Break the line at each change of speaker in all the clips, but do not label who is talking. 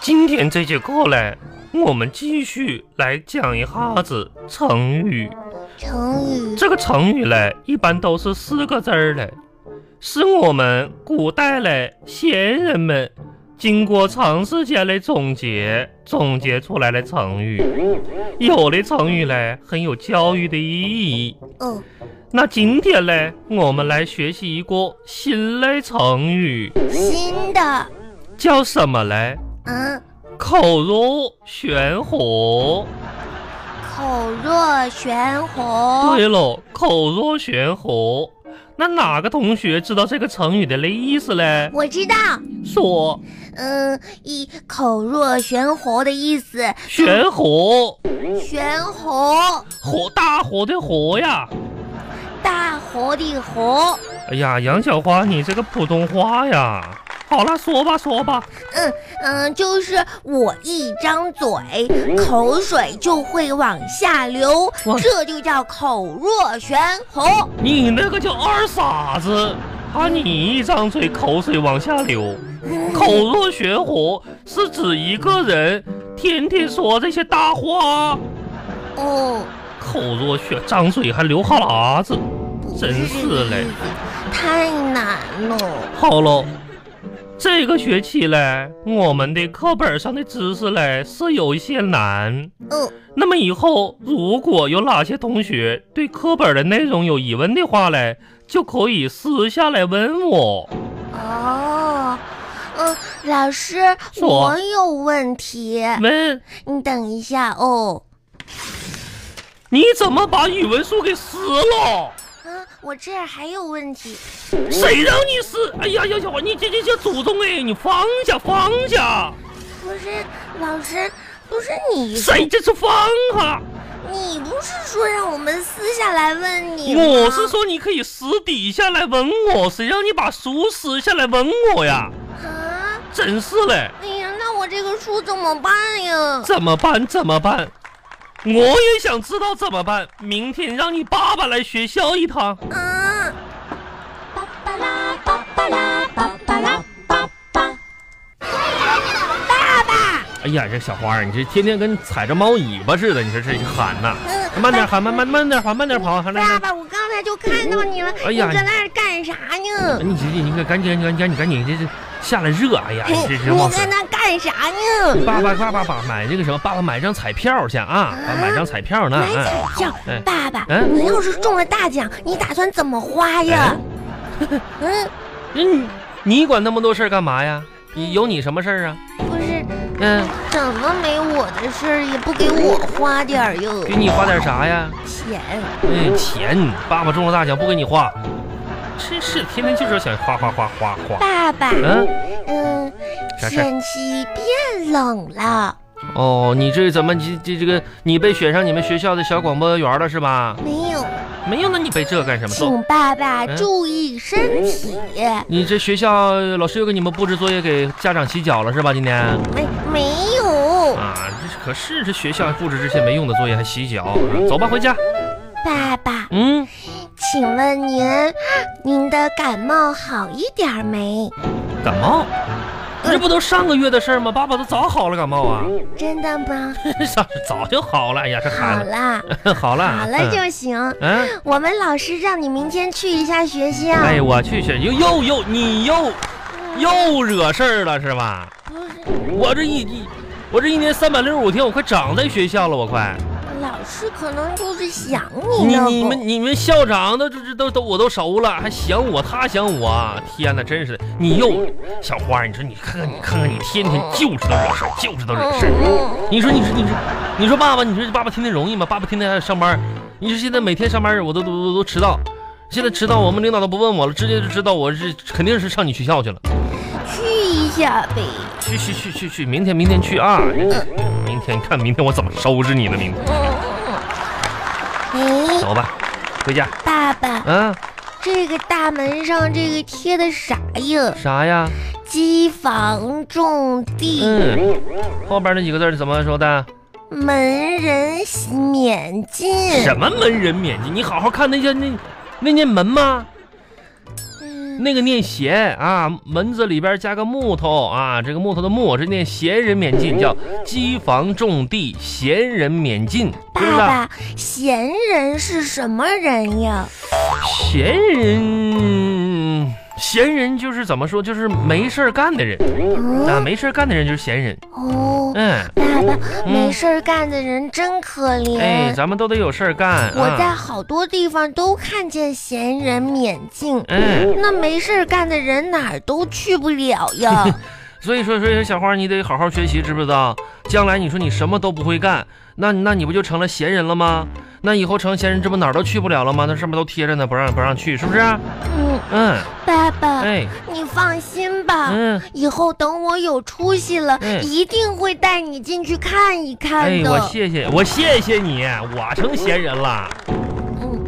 今天这节课嘞，我们继续来讲一下子成语。
成语
这个成语嘞，一般都是四个字儿嘞，是我们古代嘞贤人们经过长时间嘞总结总结出来的成语。有的成语嘞很有教育的意义。
哦，
那今天嘞，我们来学习一个新类成语，
新的
叫什么嘞？
嗯，
口若悬河。
口若悬河。
对喽，口若悬河。那哪个同学知道这个成语的嘞意思嘞？
我知道，
说
嗯，一口若悬河的意思，
悬河，
悬河，
河大河的河呀。
大河的河。
哎呀，杨小花，你这个普通话呀。好了，说吧说吧。
嗯嗯，就是我一张嘴，口水就会往下流
哇，
这就叫口若悬河。
你那个叫二傻子啊！你一张嘴，口水往下流。口若悬河是指一个人天天说这些大话，啊
哦，
口若悬，张嘴还流哈喇子。
不
真
这个
是嘞
意思，太难了。
好喽，这个学期嘞，我们的课本上的知识嘞是有一些难。
嗯，
那么以后如果有哪些同学对课本的内容有疑问的话嘞，就可以私下来问我。
哦，嗯，老师，
说
我有问题，
问
你等一下哦。
你怎么把语文书给撕了？
啊，我这儿还有问题。
谁让你撕？哎呀呀，小花，你这这这祖宗哎，你放下放下，
不是，老师，不是你，
谁这是放下？
你不是说让我们私下来问你吗？
我是说你可以私底下来吻我，谁让你把书撕下来吻我呀？
啊，
真是嘞，
哎呀，那我这个书怎么办呀？
怎么办？怎么办？我也想知道怎么办。明天让你爸爸来学校一趟。
啊，
巴巴拉巴巴拉巴巴拉巴巴。
哎呀，这小花儿，你这天天跟踩着猫尾巴似的，你这这一喊呐，
嗯，
慢点喊，慢慢慢点跑，慢点跑，喊来
爸
来。
爸，我刚才就看到你了，
哎
你
呀
搁那儿干啥呢？
你这你这赶紧赶紧赶紧赶紧，这这下来热，哎呀，这这
你在那干啥呢？
爸爸爸爸爸买那个什么，爸爸买张彩票去啊，爸买张彩票呢，
买彩票
哎，
爸爸，
哎
你要是中了大奖，你打算怎么花呀？
哎
嗯，
嗯，你管那么多事儿干嘛呀？你有你什么事儿啊？
不是，
嗯，
怎么没我的事儿也不给我花点儿哟？
给你花点啥呀？
钱，
嗯，钱，爸爸中了大奖不给你花，真是天天就是想花花花花花。
爸爸，
嗯，
嗯，
啥事儿
天气变冷了，
哦，你这怎么这这这个你被选上你们学校的小广播员了是吧？
没有，
没有，那你背这干什么？走，
请爸爸
嗯
注意身体。
你这学校老师又给你们布置作业给家长洗脚了是吧？今天
没没有，
啊，这可是这学校布置这些没用的作业还洗脚，走吧，回家。
爸爸，
嗯，
请问您，您的感冒好一点儿没？
感冒，
嗯
这不都上个月的事儿吗？爸爸都早好了感冒啊，
真的吗？
早早就好了。哎呀，这
好
孩
啦，
子 好了，
嗯
啊
好了就行。
嗯。嗯
我们老师让你明天去一下学校。
哎，我去去，又又又你又又惹事儿了是吧？
不是
我这一一我这一年三百六十五天，我快长在学校了，我快。
老师可能就是想
你
你了哦
你
不？
们你们校长都这这都都我都熟了，还想我他想我，天哪，真是的！你又
嗯
小花儿，你说你看看你看看你天天就知道惹事儿，就知道惹事儿。
嗯
你说你说你说你说爸爸，你说爸爸天天容易吗？爸爸天天还上班，你说现在每天上班我都都都都迟到，现在迟到我们领导都不问我了，直接就知道我是肯定是上你学校去了。
去一下呗。
去去去去去，明天明天去啊！明天看明天我怎么收拾你呢？明天
哎，
走吧，回家
爸爸，
啊？
这个大门上这个贴的啥呀？
啥呀？
机房种地，
嗯，后边那几个字儿怎么说的？
门人免进。
什么门人免进？你好好看那些那那间门吗？
嗯
那个念贤啊，门字里边加个木头啊，这个木头的木，这念贤人免进，叫机房种地，贤人免进，是不
爸
是啊？
爸，闲人是什么人呀？
闲人，闲人就是怎么说，就是没事儿干的人啊，
嗯，
没事儿干的人就是闲人，
哦，
嗯，
爸爸，
嗯
没事儿干的人真可
哎，
怜。
咱们都得有事儿干，
我在
啊，
好多地方都看见闲人免进，
嗯，
那没事儿干的人哪儿都去不了 呀。
所以说，所以说小花，你得好好学习，知不知道？将来你说你什么都不会干，那那你不就成了闲人了吗？那以后成闲人，这不哪儿都去不了了吗？那上面都贴着呢，不让不让去，是不是啊？
嗯，
嗯，
爸爸，
哎，
你放心吧。
嗯，
以后等我有出息了，
嗯
一定会带你进去看一看
哎，我
的。
谢谢，我谢谢你，我成闲人了。
嗯，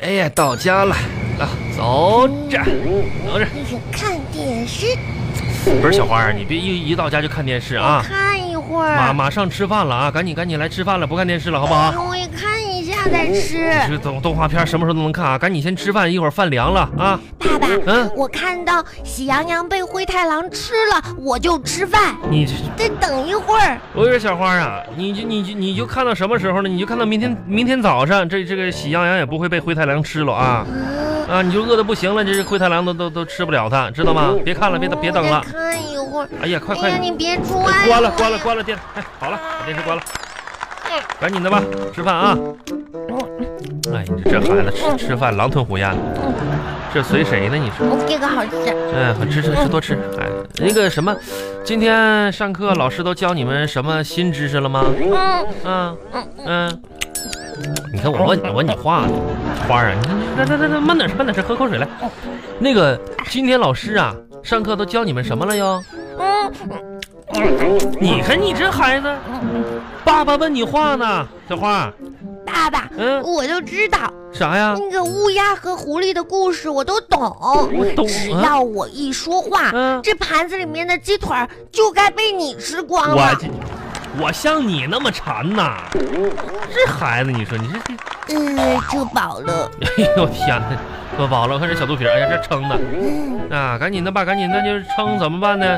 哎呀，到家了，啊，走着，走着。
你看电视，
不是小花儿，你别一一到家就看电视
我
啊，
看一会儿。
马马上吃饭了啊，赶紧赶紧来吃饭了，不看电视了好不好？嗯
等我看一下再吃。
这动动画片什么时候都能看啊，赶紧先吃饭，一会儿饭凉了啊。
爸爸，
嗯
我看到喜羊羊被灰太狼吃了，我就吃饭。
你这，
再等一会儿，
我说小花儿啊，你就你就你就看到什么时候呢？你就看到明天明天早上，这这个喜羊羊也不会被灰太狼吃了啊
嗯，
啊！你就饿的不行了，这灰太狼都都都吃不了它，知道吗？别看了，别等别等
我
了
嗯再。看一会儿。
哎呀，快
哎呀，
快！
你别出来！
关了，关了，关了电，哎，好了，把电视关了，赶紧的吧，吃饭啊！哎，你这孩子吃吃饭狼吞虎咽的，这随谁呢？你说，
我这个好吃。
嗯，吃吃吃多吃。哎，那个什么，今天上课老师都教你们什么新知识了吗？
嗯
嗯
嗯嗯，
嗯，你看我问我问你话呢，花儿啊，你看来来来来，慢点吃慢点吃，喝口水来。那个今天老师啊，上课都教你们什么了哟？
嗯
你看你这孩子，爸爸问你话呢，小花，
爸爸，
嗯，
我就知道
啥呀？
那个乌鸦和狐狸的故事，我都懂。
懂
只
啊？
要我一说话，
嗯
这盘子里面的鸡腿儿就该被你吃光
我
了。
这，我像你那么馋呐？这孩子，你说你这这，
嗯，吃饱了。
哎呦我天呐，喝饱了，我看这小肚皮儿，哎呀，这撑的。
嗯，
啊，赶紧的吧，赶紧的，就是撑怎么办呢？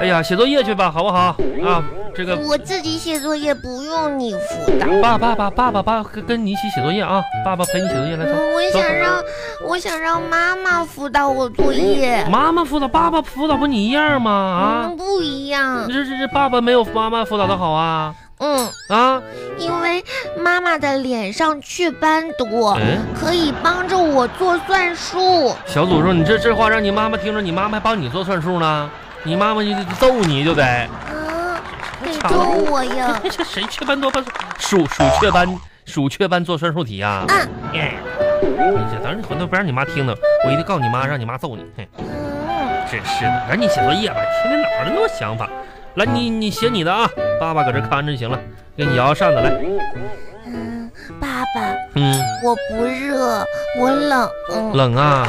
哎呀，写作业去吧，好不好？啊，这个
我自己写作业不用你辅导。
爸爸爸爸爸爸跟跟你一起写作业啊，爸爸陪你写作业来走。
嗯我
走
想让我想让妈妈辅导我作业。
妈妈辅导，爸爸辅导不你一样吗？啊，
嗯，不一样。
这这这爸爸没有妈妈辅导的好啊
嗯，
啊！
因为妈妈的脸上雀斑多，
嗯，
可以帮着我做算术。
小祖宗，你这这话让你妈妈听着，你妈妈还帮你做算术呢，你妈妈就就揍你就得。
啊，得
吵
揍我呀！
这这谁雀斑多斑数数雀斑数雀斑做算术题啊？
嗯
哎你这当然回头不让你妈听到，我一定告你妈，让你妈揍你。嘿，
嗯，
真是的，赶紧写作业吧，现在哪儿那么多想法？来，你你写你的啊，爸爸搁这看着就行了，给你摇摇扇子来。
嗯，爸爸，
嗯，
我不热，我冷。嗯
冷啊，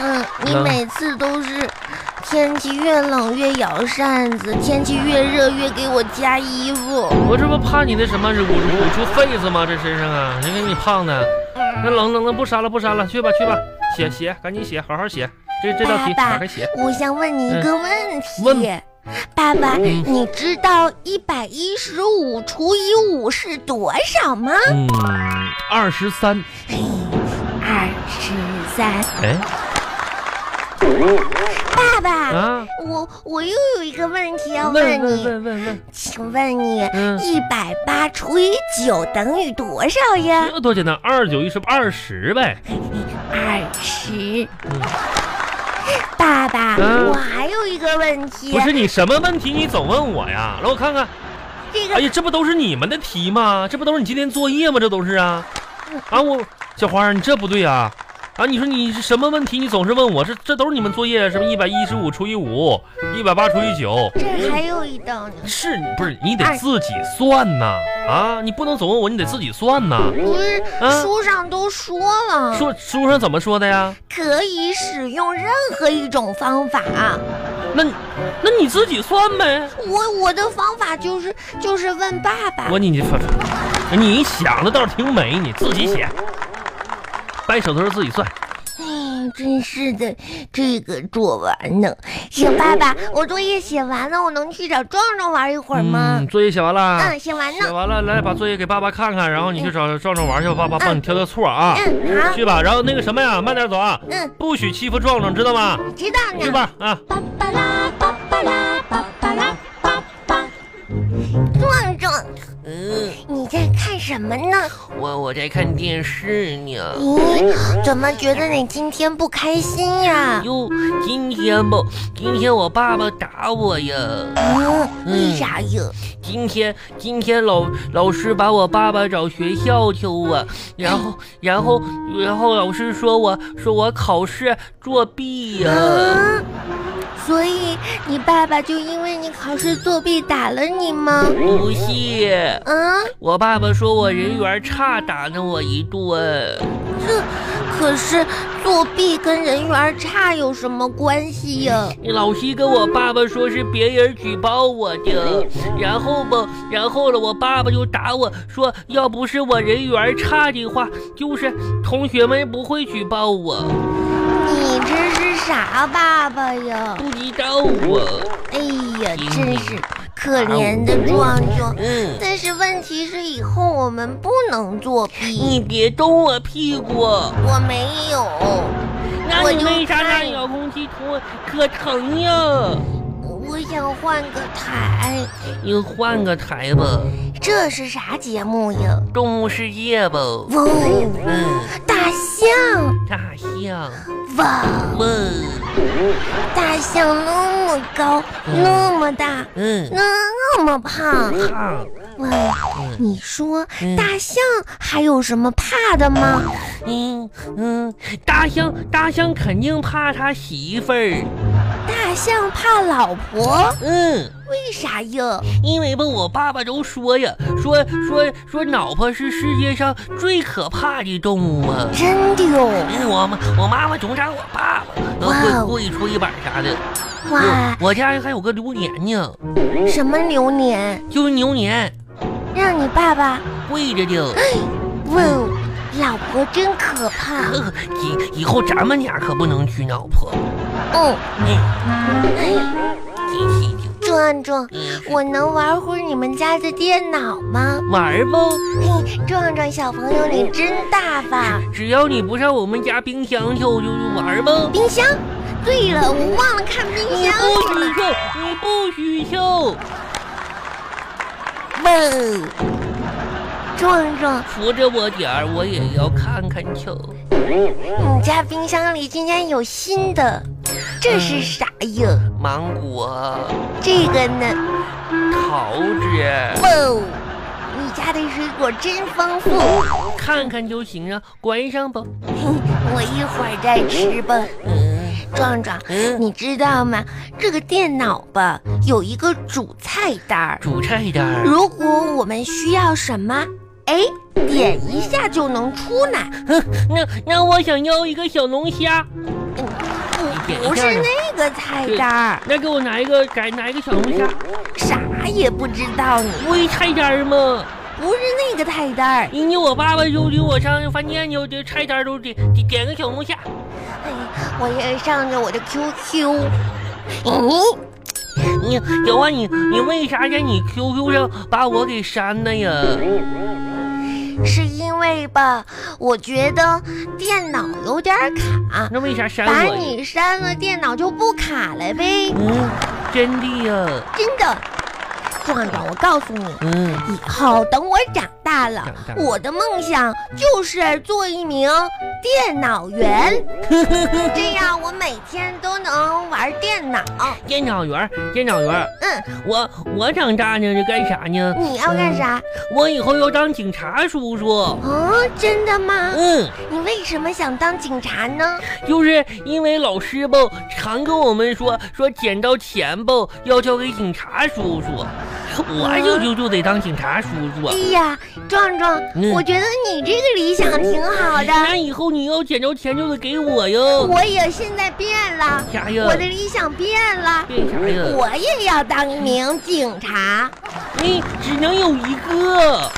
嗯，你
冷
每次都是天气越冷越摇扇子，天气越热越给我加衣服。
我这不怕你那什么，是捂住捂出痱子吗？这身上啊，你看你胖的，那冷冷的不删了不删了，去吧去吧，写写，赶紧写，好好写，这这道题
爸爸
打开写。嗯
我想问你一个问题，
问
爸爸，
嗯
你知道一百一十五除以五是多少吗？
嗯，二十三，
嘿，二十三。
哎
爸爸，
啊，
我我又有一个问题要
问
问
问
你，
问问问，
请问你
嗯，
一百八除以九等于多少呀？
这多简单，二九一十二十呗。
二十
嗯。
爸爸，
嗯
我还有一个问题
不，是你什么问题你总问我呀？来我看看，
这
哎
个
呀，这不都是你们的题吗？这不都是你今天作业吗？这都是啊，啊我小花儿，你这不对啊。
啊，你说你是什么问题？你总是问我，这这都是你们作业，什么一百一十五除以五，一百八除以九，
这还有一道呢，
是不是？你得自己算呐，啊，你不能总问我，你得自己算呐。
不是
啊
书上都说了，
说书上怎么说的呀？
可以使用任何一种方法。
那你那你自己算呗。
我我的方法就是就是问爸爸
我。你你你想的倒是挺美，你自己写，掰手头自己算。
哎，真是的，这个做完了。行，爸爸，我作业写完了，我能去找壮壮玩一会儿吗
嗯，？作业写完了。
嗯，写完
写
了。
完了，来把作业给爸爸看看，然后你去找壮壮玩去吧，爸爸帮你挑挑错啊，
嗯，好，
去吧。然后那个什么呀，慢点走啊，
嗯，
不许欺负壮壮，知道吗？
知道
去
呢。
吧啊，
パッパラパッパラパッパラパッパ
壮壮，
嗯，
你在看什么呢？
我我在看电视呢。
咦，怎么觉得你今天不开心呀？
哟，今天吧，今天我爸爸打我呀。
嗯，为啥呀？
今天今天老老师把我爸爸找学校去我，然后然后然后老师说我说我考试作弊呀、
嗯，所以你爸爸就因为你考试作弊打了你吗？
不是，
嗯，
我爸爸说我人缘差，打了我一顿。
这可是作弊跟人缘差有什么关系呀？
老师跟我爸爸说是别人举报我的，然后吧，然后呢，我爸爸就打我说，要不是我人缘差的话，就是同学们不会举报我，
你这是啥爸爸呀？
不知道我。
哎呀，真是可怜的壮壮。
嗯，
但是问题是，以后我们不能作弊。
你别动我屁股，
我没有，
那
我
你
就
为啥拿
看
遥控器捅我？可疼呀！
我想换个台。
你换个台吧，
这是啥节目呀？
动物世界吧。
哇哦，
嗯，
大象！
大象，
哇，
问，
大象那么高，那么大，
嗯，
那么胖。
胖。
哇，你说大象还有什么怕的吗？
嗯嗯，大象大象肯定怕他媳妇儿。
大象怕老婆，
嗯，
为啥呀？
因为吧，我爸爸都说呀，说说说，老婆是世界上最可怕的动物啊。
真的哦，
嗯，我妈我妈妈总打我爸爸，
哇
呃
哦
跪跪搓衣板啥的。
哇，
我我家还有个榴莲呢，
什么流年，
就是牛年
让你爸爸
跪着的。
哇哦，老婆真可 怕。
呵呵 以以后咱们家可不能娶老婆，
嗯，哎，
真是的。
壮壮，
嗯，
我能玩会儿你们家的电脑吗？
玩儿吧，
嘿，壮壮小朋友，你真大方。
只要你不上我们家冰箱去，我就就玩儿吧。
冰箱，对了，我忘了看冰
你
箱
不
去
许
了。
秀，你不许秀，
哇哦，壮壮，
扶着我点儿，我也要看看球。
你家冰箱里竟然有新的，这是啥呀？
芒果、
这个呢？
桃子，
哇哦，你家的水果真丰富，嘿
看看就行啊，关上吧。
我一会儿再吃吧。
嗯
壮壮，
嗯，
你知道吗？这个电脑吧有一个主菜单儿，
主菜单儿，
如果我们需要什么，哎，点一下就能出来。
那那我想要一个小龙虾，
不不是那个菜单儿，
那给我拿一个，改拿一个小龙虾，
啥也不知道你。
不是菜单儿吗？
不是那个菜单儿，
人家我爸爸就领我上饭店去，我这菜单儿都得得点个小龙虾。
哎，我也上着我的哎 QQ。咦、
你小万，你你为啥在你 QQ 上把我给删了呀？
是因为吧，我觉得电脑有点儿卡，
那为啥删
把
我呀？
你删了，电脑就不卡了呗。
嗯，真的呀。
真的，壮壮，我告诉你，
嗯
以后等我长大大了
长大，了
我的梦想就是做一名电脑 员，这样我每天都能玩电脑。
电脑员儿，电脑员儿，
嗯，
我我长大呢是干啥呢？
你要干啥？
我以后要当警察叔叔。
嗯
啊，真的吗？
嗯，
你为什么想当警察呢？
就是因为老师吧常跟我们说说捡到钱吧要交给警察叔叔，我就就就得当警察叔
哎
叔。啊
呀，壮壮，
嗯
我觉得你这个理想挺好的。
那以后你要捡着钱就得给我
嗯
哟。
我也现在变了，
啥呀？
我的理想变了，
变啥
嗯
呀？
我也要当一名警察。
你只能有一个。